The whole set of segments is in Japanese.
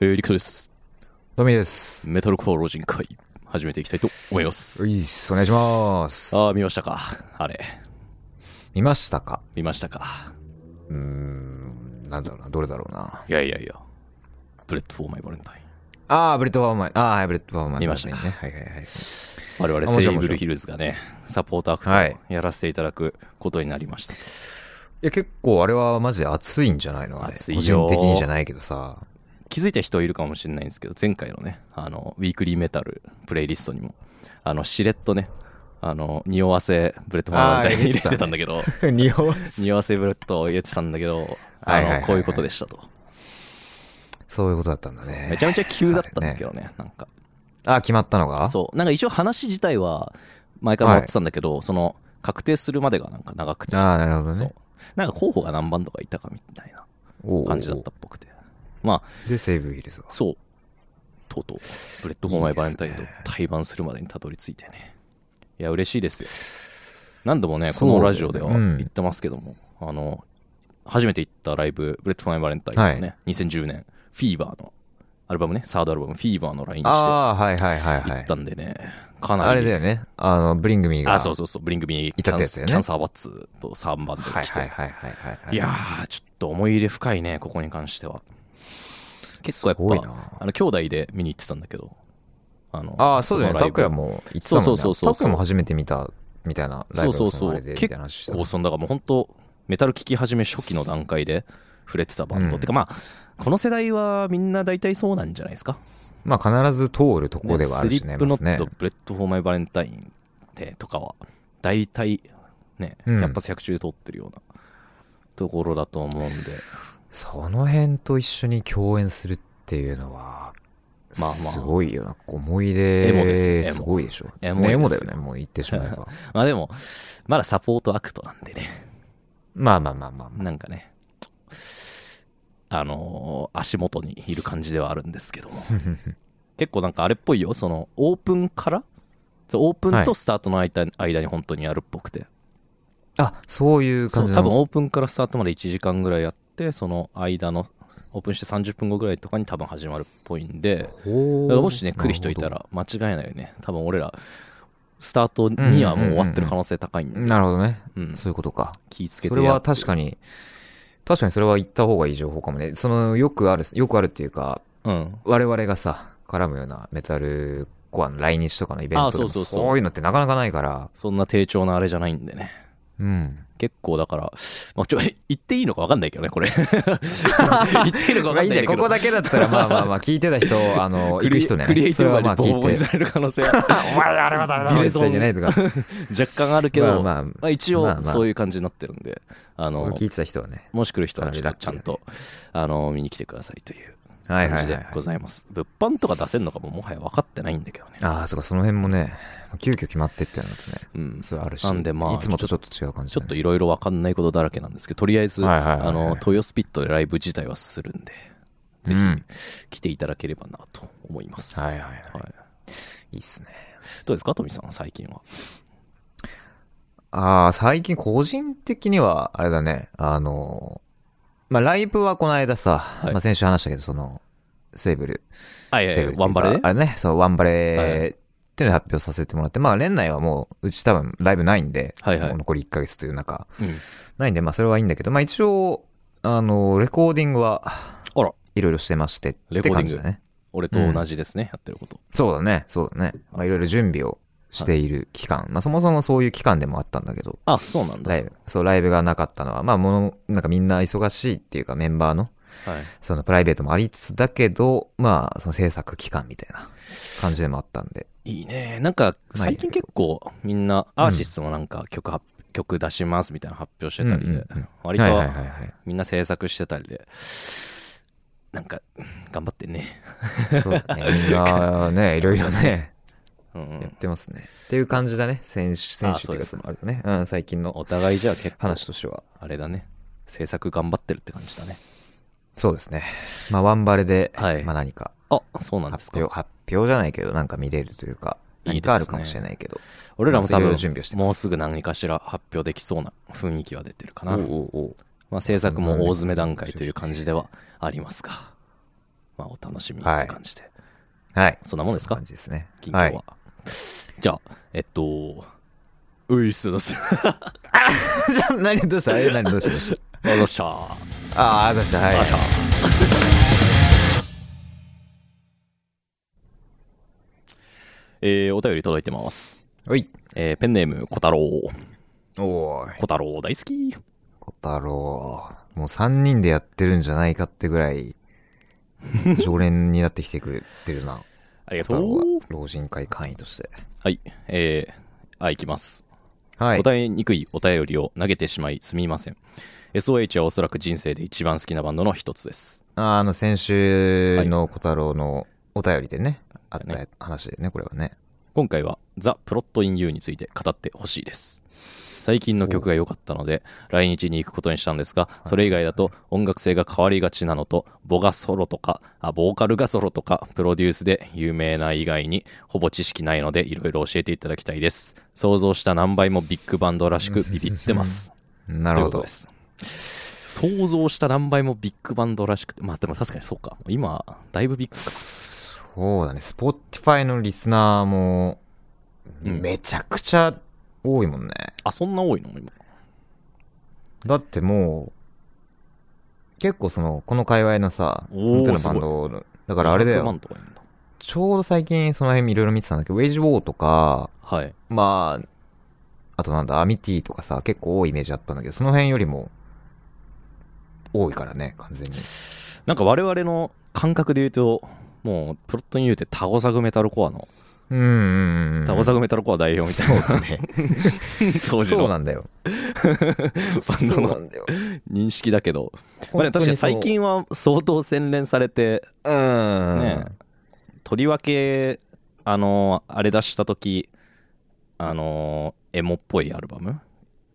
えー、リクトです。トミーです。メタルコア老人会、始めていきたいと思います。ういっすお願いします。ああ、見ましたか。あれ、見ましたか見ましたか。うーん、なんだろうな、どれだろうな。いやいやいや。ブレッド・フォー・マイ・バレンタイン。あー、ブレッド・ワーマン。あー、はいブレッド・ワーマン。見ましたかね。はいはいはい。我々、あ面白いセイブル・ヒルズがね、サポーターアクターをやらせていただくことになりました。いや、結構あれはマジで熱いんじゃないのあれ熱いよ個人的にじゃないけ どさ。気づいた人いるかもしれないんですけど、前回のね、あの、ウィークリーメタルプレイリストにも、あの、しれっとね、あの、匂わせブレッド・フォー・マイ・バレンタインあー入入れてれたねてたんだけど、匂わ匂わせブレッドを入れてたんだけど、はあいはいはいの、はいこういうことでしたと。そういうことだったんだね。めちゃめちゃ急だったんだけどね、なんか。あー、決まったのがそうなんか一応話自体は前から思ってたんだけど、その確定するまでがなんか長くてあー、なるほどそうね。なんか候補が何番とかいたかみたいなおうおうおう感じだったっぽくてまあで、セーブ・ヒルズは。そうとうとうブレッド・フォー・マイ・バレンタインと対バンするまでにたどり着いてねいや嬉しいですよ何度もねこそうだのよねラジオではうん言ってますけども、あの初めて行ったライブブレッド・フォー・マイ・バレンタインのね、2010年フィーバーのアルバムねサードアルバムフィーバーのラインにしてあー、はいはいはい行はっい。たんでね、かなりあれだよね。あの、ブリング・ミーが。あ、そうそうそう、ブリングミーキいたャってンやつだスよねキャンサーバッツと3番で来て、はいいはいはいはいはいはい。やー、ちょっと思い入れ深いね、ここに関しては。結構すごやいっぱな、あの兄弟で見に行ってたんだけど、あのああ、そうだよね。のライ拓ブ也も言ってたもんね。そうそうそうそう拓也も初めて見たみたいなライブそうそうそうのあれでみたいな話してたこうそのだからもう本当メタル聴き始め初期の段階で触れてたバンド、うんてかまあこの世代はみんな大体そうなんじゃないですかまあ必ず通るとこではあるねしスリね。ップノまずッねト、ブレッド・フォー・マイ・バレンタインってとかは、大体、ね、キうんャンパス100中で通ってるようなところだと思うんで、 その辺と一緒に共演するっていうのは、まあまあすごいよな。思いエモですよエ出、モすごいでしょ。エエモですよモだよね。もう言ってしまえ ば。まあでも、まだサポートアクトなんでね、まあまあまあまあまあ。なんかね、あのー足元にいる感じではあるんですけ ども、結構なんかあれっぽいよ、そのオープンから、そうオープンとスタートの間,、間に本当にあるっぽくて、あ、そういうそ感うじ多分の。オープンからスタートまで1時間ぐらいやってその間のオープンして30分後ぐらいとかに多分始まるっぽいんでだほうからもしね来る人いた。ら間違いないよね多分俺らスタートにはもう終わってる可能性高いんで、なるほどなるほどうんね。そういうことか。気ぃつけそてれやは確かに、確かにそれは言った方がいい情報かもね。その、よくある、よくあるっていうか、うん我々がさ絡むようなメタルコアの来日とかのイベントであそうもそうそうそういうのってなかなかないからそんな低調なあれじゃないんでねうん結構だから、まあ、ちょ 言っていいのか分かんないけどねこれ 言っていいのか分かんまあないいんだいじゃけんどここだけだったらまあまあまあ聞い てた人あのク行リく人ねクリエイテそィれブはにまボあコボコ聞にいてされる可能性はお前あれはダメだディ言レっゾちンゃいけないとか 若干あるけど、 まあまあまあ、一まあ応まあそういう感じになってるんで、あの聞いてた人はねもし来る人はかなちりょっラッとキちーゃだんねと、あの見に来てくださいというはい感はじいはいでございます、物販とか出せるのかももはや分かってないんだけどね、ああそうかその辺もね急遽決まってってなるとねうん、ちそれあるしなんでまあいつもとちょっと違う感じょだっねといろいろ分かんないことだらけなんですけどとりあえずはいはいはいはいあのトヨスピットでライブ自体はするんでぜうんひ来ていただければなと思います、はいはいははいいいいっすねどうですかトミさん最近はああ、最近個人的には、あれだね、あのー、まあ、ライブはこの間さ、いまあ、先週話したけど、その、セーブル、あいセやいやーブルっていうかワンバレねあれね、そう、ワンバはいレっていうのを発表させてもらって、まあ、年内はもう、うち多分ライブないんで、はいはいもう残り1ヶ月という中、うんないんで、まあ、それはいいんだけど、まあ、一応、あのー、レコーディングは、あらいろいろしてまして、レコーディングって感じだね。俺と同じですね、やってることそうだね、そうだね。まあ、いろいろ準備をしている期間、まあ、そもそもそういう期間でもあったんだけど、あそうなんだ、ライブ、そう、ライブがなかったのは、まあ、もの、なんかみんな忙しいっていうか、メンバーの、はい、そのプライベートもありつつだけど、まあ、その制作期間みたいな感じでもあったんで。いいね。なんか、まあ最近結構みんな、アーシスもなんか曲発、曲出しますみたいな発表してたりうんうでんうん、割とはいはいはいはい。みんな制作してたりで、なんか、頑張ってね。そうだね。みんな、 ね、いろいろね、うんうやっん、てますね。っていう感じだね。選手、選手ってあいうか、そそうですのあれだね。うん、最近のお互いじゃあ結構、話としては。あれだね。制作頑張ってるって感じだね。そうですね。まあ、ワンバレで、はいまあ何かあ、そうなんです発か。表、発表じゃないけど、なんか見れるというか、いいですね何かあるかもしれないけど。俺らも多いろい分ろ準備をして、ますもうすぐ何かしら発表できそうな雰囲気は出てるかおなう。おうおうまあ、制作も大詰め段階という感じではありますが。まあ、お楽しみって感じで。はい。そんなもんですか感じですね。近況は。はい。じゃあ、えっと、ウイスです。じゃあ、何どうしたえ、何どうしたどうしありがとうございました。たああ、どうしたはい。ありがとうございました。 えーお便り届いてます。おい。えーペンネーム、小太郎。小おーい。太郎大好き。小太郎。もう三人でやってるんじゃないかってぐらい、常連になってきてくれてるな。ありがと小太郎はう。老人会会員として。はい。えー、あ、いきます。はい。答えにくいお便りを投げてしまいすみません。SOH はおそらく人生で一番好きなバンドの一つです。ああの、先週の小太郎のお便りでね、あった話でね、これはね。今回はザ・プロット・イン・ユーについて語ってほしいです。最近の曲が良かったので来日に行くことにしたんですがそれ以外だと音楽性が変わりがちなのとボがソロとかあボーカルがソロとかプロデュースで有名な以外にほぼ知識ないのでいろいろ教えていただきたいです想像した何倍もビッグバンドらしくビビってます なるほということで。どす想像した何倍もビッグバンドらしくてまあでも確かにそうか今だいぶビッグかそうだね、Spotify のリスナーも、うんめちゃくちゃ多いもんね。あそんな多いの今だってもう、結構その、この界隈のさ、そおーの手のバンドの、だからあれだ500万よ、とかいるんだちょうど最近その辺いろいろ見てたんだけど、ウェイジウォーとか、はいまあ、あとなんだ、アミティとかさ、結構多いイメージあったんだけど、その辺よりも、多いからね、完全に。なんか我々の感覚で言うともうプロットに言うてタゴサグメタルコアのうんうんうんうん。タゴサグメタルコア代表みたいな、 当時そうのな んだよ。ンドのんだよ。認識だけど、まあ、でも確かに最近は相当洗練されて本当にそう、うん。ねとりわけあのあれ出した時あのエモっぽいアルバム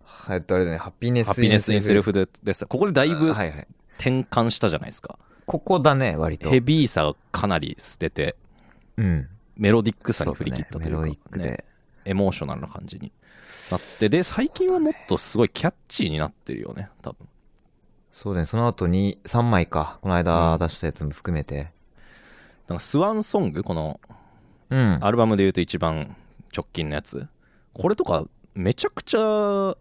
はい、えっとあれだね、ハピ「ネスハピネス・イン・セルフで」ですここでだいぶはいはい。転換したじゃないですかここだね、割と。ヘビーさをかなり捨ててうん。メロディックそさうだにね振り切ったといメロディうッか、クねで。エモーショナルな感じになってで最近はもっとすごいキャッチーになってるよね多分そうだね、その後に3枚か。このう間ん出したやつも含めて。なんかスワンソングこのうん。アルバムでいうと一番直近のやつこれとかめちゃくちゃ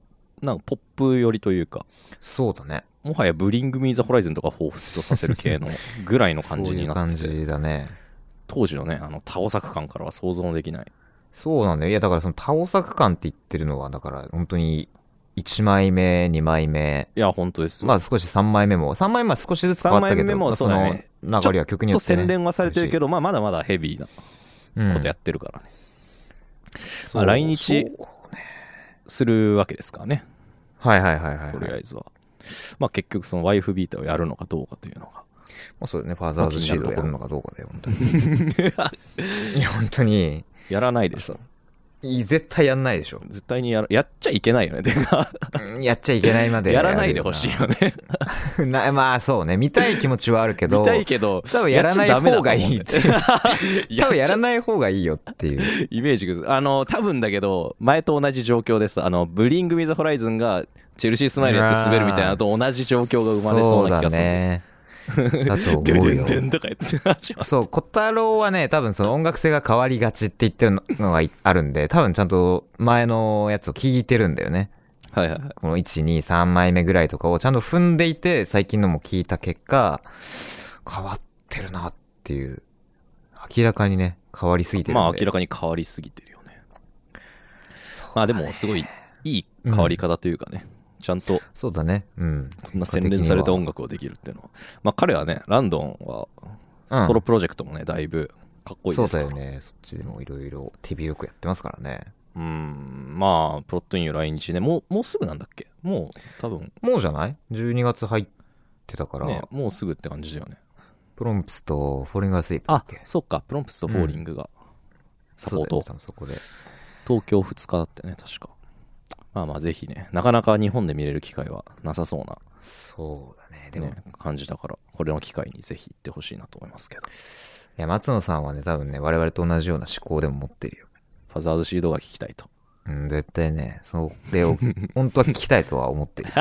なんかポップ寄りというかそうだね。もはやブリング・ミー・ザ・ホライズンとか彷彿とさせる系のぐらいの感じになってそういてう感じだね。当時のねあのタオ作感からは想像もできないそうなんだよ。いや、だからその多作感って言ってるのは、だから本当に1枚目、2枚目、いや本当ですまあ少し3枚目も。3枚目は少しずつ変わった三け枚目ど、もそうだねの流れは曲にちょよっとって、ね。洗練はされてるけど、まあ、まだまだヘビーなどことやってるからね、まあ来日するわけですからねはいはいはいはい。とりあえずは、まあ結局そのワイフビーターをやるのかどうかというのがまあそうだね、ファーザーズシールをやるのかどうかだよ、本当 に。いや、本当に。やらないでしょいい絶対やんないでしょ。絶対にやらやっちゃいけないよねてか うんやっちゃいけないまで やらないでほしいよねい。な まあそうね、見たい気持ちはあるけど、 見たいけど多分やらない方がいいっていう。 多分やらないない方がいいよっていう。イメージがあの多分だけど前と同じ状況ですあのブリング・ミザ・ホライズンがチェルシー・スマイルやって滑るみたいなのと同じ状況が生まれそうな気がするそうだね。だとでん思うでんよ。でんとか言って始まるそう、小太郎はね、多分その音楽性が変わりがちって言ってるののがいあるんで、多分ちゃんと前のやつを聞いてるんだよね。 はいはいはいこの1、2、3枚目ぐらいとかをちゃんと踏んでいて、最近のも聞いた結果、変わってるなっていう。明らかにね、変わりすぎてるんで。まあ明らかに変わりすぎてるよねまあでもすごいいい変わり方というかね、ちゃんとそうだね。うん。こんな洗練された音楽をできるっていうのはまあ彼はねランドンうはんソロプロジェクトもねだいぶかっこいいそでうすかだらよね。そっちでもいろいろ手広くやってますからね。うんまあプロットインよ来日ねもうもうすぐなんだっけもう多分もうじゃない ?12 月入ってたから、ねもうすぐって感じだよねプロンプスとフォーリングアスイープだっあけそっかプロンプスとフォーリングがサポート、そうだよね多分そこで。東京2日だったよね確かまあまあぜひねなかなか日本で見れる機会はなさそうなそうだね。でも、ね、感じだからこれの機会にぜひ行ってほしいなと思いますけどいや、松野さんはね、多分ね、我々と同じような思考でも持ってるよ。ファザーズシードが聞きたいとうん、絶対ね、それを、本当は聞きたいとは思ってる。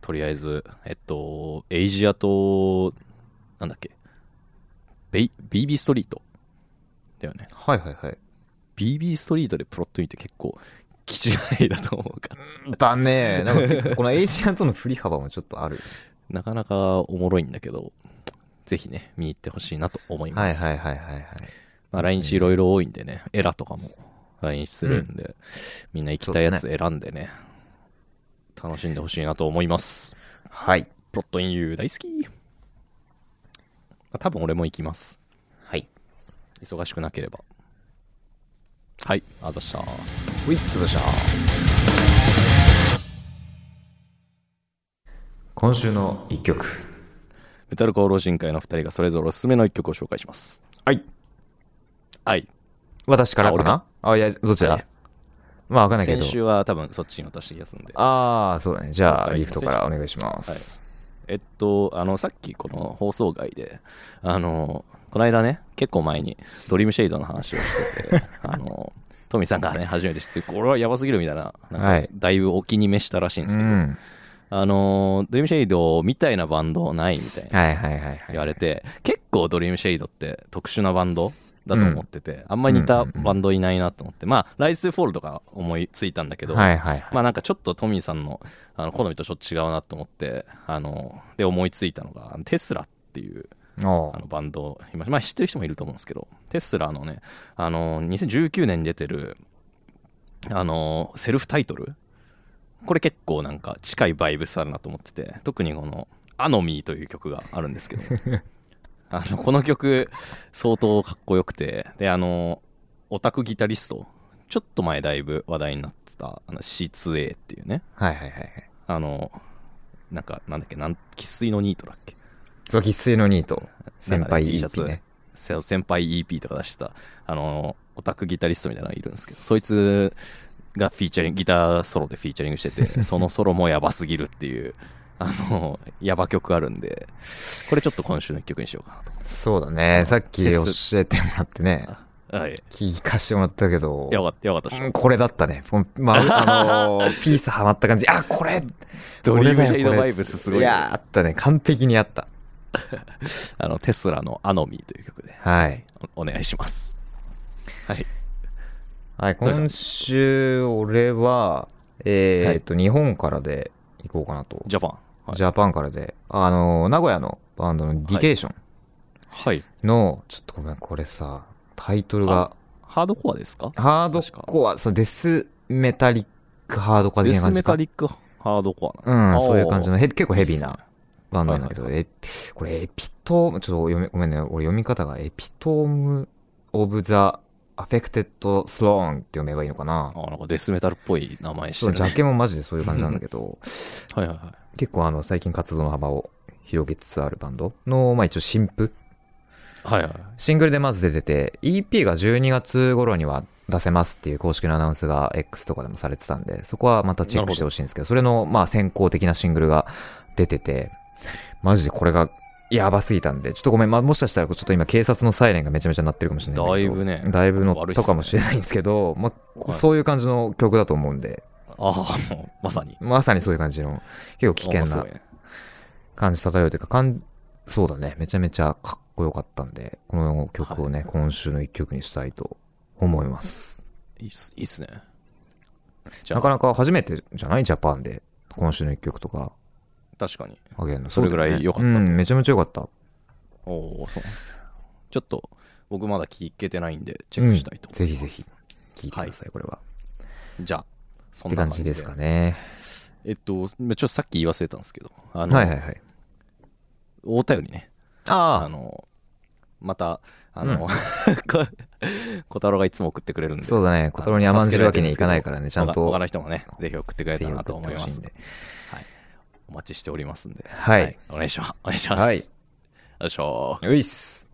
とりあえず、えっと、エイジアと、なんだっけ、ベイ、BB ストリート。だよね。はいはいはい。 BB ストリートでプロットインって結構、気違いだと思うから、だねなんか結構このエイジアンとの振り幅もちょっとある。なかなかおもろいんだけど、ぜひね、見に行ってほしいなと思いはまいす。はいはいはいはい。まあ、来日いろいろ多いんでね、エラとかも来日するんで、みんな行きたいやつ選んでね、楽しんでほしいなと思います。はい。プロットインユー大好き。まあ、多分俺も行きます。はい。忙しくなければ。はい、あざした。ほい、どうした今週の一曲。メタル功労人会の2人がそれぞれおすすめの1曲を紹介します。はい。はい。私からかなあいや、どっちはだいまあわかんないけ先ど。週は多分そっちに渡してきやすんで。ああ、そうだね。じゃはあ、いリクトからお願いします。えっと、あの、さっきこの放送外で、あの、この間ね、結構前にドリームシェイドの話をして て、あの、トミーさんがね、初めて知って、これはやばすぎるみたいな、なんかはいだいぶお気に召したらしいんですうけど、ん。あの、ドリームシェイドみたいなバンドないみたいなはいはいはいはい。言われて、結構ドリームシェイドって特殊なバンドだと思ってて、あんまり似たバンドいないなと思って、まあ、ライスフォールとか思いついたんだけど、はいはいはい。まあなんかちょっとトミーさんのあの好みとちょっと違うなと思って、あの、で思いついたのが、あのテスラっていうおあのバンド、今、まあ知ってる人もいると思うんですけど、テスラのね、あの、2019年に出てる、あの、セルフタイトルこれ結構なんか近いバイブスあるなと思ってて、特にこの、アノミーという曲があるんですけど、あの、この曲、相当かっこよくて、で、あの、オタクギタリスト、ちょっと前だいぶ話題になってた、あの、C2A っていうね、はいはいはいはい。あの、なんか、なんだっけ、なん生粋のニートだっけそう、喫水のニート。な先んか輩ね T シャ EP ツね。せ先輩 EP とか出してたあのオタクギタリストみたいなのがいるんですけどそいつがフィーチャリングギターソロでフィーチャリングして てそのソロもやばすぎるっていうあのやば曲あるんでこれちょっと今週の一曲にしようかなと思ってそうだね。さっき教えてもらってね。はい聞かしてもらったけど。やばかったやばかったっしうょんこれだったね。ほん まあ、あのーピースはまった感じ。あ、これドリームシェイドこれだよこれバイブスすごいいや、あったね。完璧にあった。あのテスラの「アノミー」という曲ではい。おお願いしますはいはい、うした今週、俺は、えーっと、日本からで行こうかなと。ジャパンはい、ジャパンからで。あのー、名古屋のバンドのディケーションはい、の、ちょっとごめん、これさ、タイトルが、ハードコアですかハードコア、そう、デスメタリックハードコアデ的なス感じメかタ。リックハードコアう、なんだそういう感じの、あへ結構ーヘビーいいっなすねバンドなんだけど、えこれエピトーム、ちょっと読めごめんね、俺読み方がエピトーム・オブ・ザ・アフェクテッド・スローンって読めばいいのかなあ。なんかデスメタルっぽい名前してそう、るジねャケもマジでそういう感じなんだ けど、はいはいはい結構あの、最近活動の幅を広げつつあるバンドの、まあ一応新譜。はいはい。シングルでまず出てて、EP が12月頃には出せますっていう公式のアナウンスが X とかでもされてたんで、そこはまたチェックしてほしいんですけど、それのまあ先行的なシングルが出てて、マジでこれがやばすぎたんで、ちょっとごめん、まあ、もしかしたらちょっと今警察のサイレンがめちゃめちゃ鳴ってるかもしれないんけど。だいぶねだいぶの悪いっすとねかもしれないんですけど、まあ、はいそういう感じの曲だと思うんで、ああ、もう、まさに。まさにそういう感じの、結構危険あすなごいね感じ漂うというか、かん、そうだね。めちゃめちゃかっこよかったんで、この曲をね、今週の一曲にしたいと思います。いいっすいいっすね。じゃなあ、かなか初めてじゃないジャパンで、今週の一曲とか確かに。あげるの。それぐらい良かったってう,、うん、めちゃめちゃ良かった。おお、そうなんですね。ちょっと、僕まだ聞けてないんで、チェックしたいとぜ思ひいぜまひす。、聴いてください、これは。ひ。じゃあ、そんってな感じですか。ね。えっと、ちょっとさっき言い忘れたんですけど、あの、はいはいはい。大田よりね、ああの、また、あの、こ 小太郎がいつも送ってくれるんあ、で、そうだね。小太郎に甘んじるわけにいかないからね、ちゃん他他との、人もね、ぜひ送ってくれたぜらひなと送っ思ていほましいすん。で。お待ちしておりますんで。はい。お願いします。お願いします。はいよいしょ。よいっす。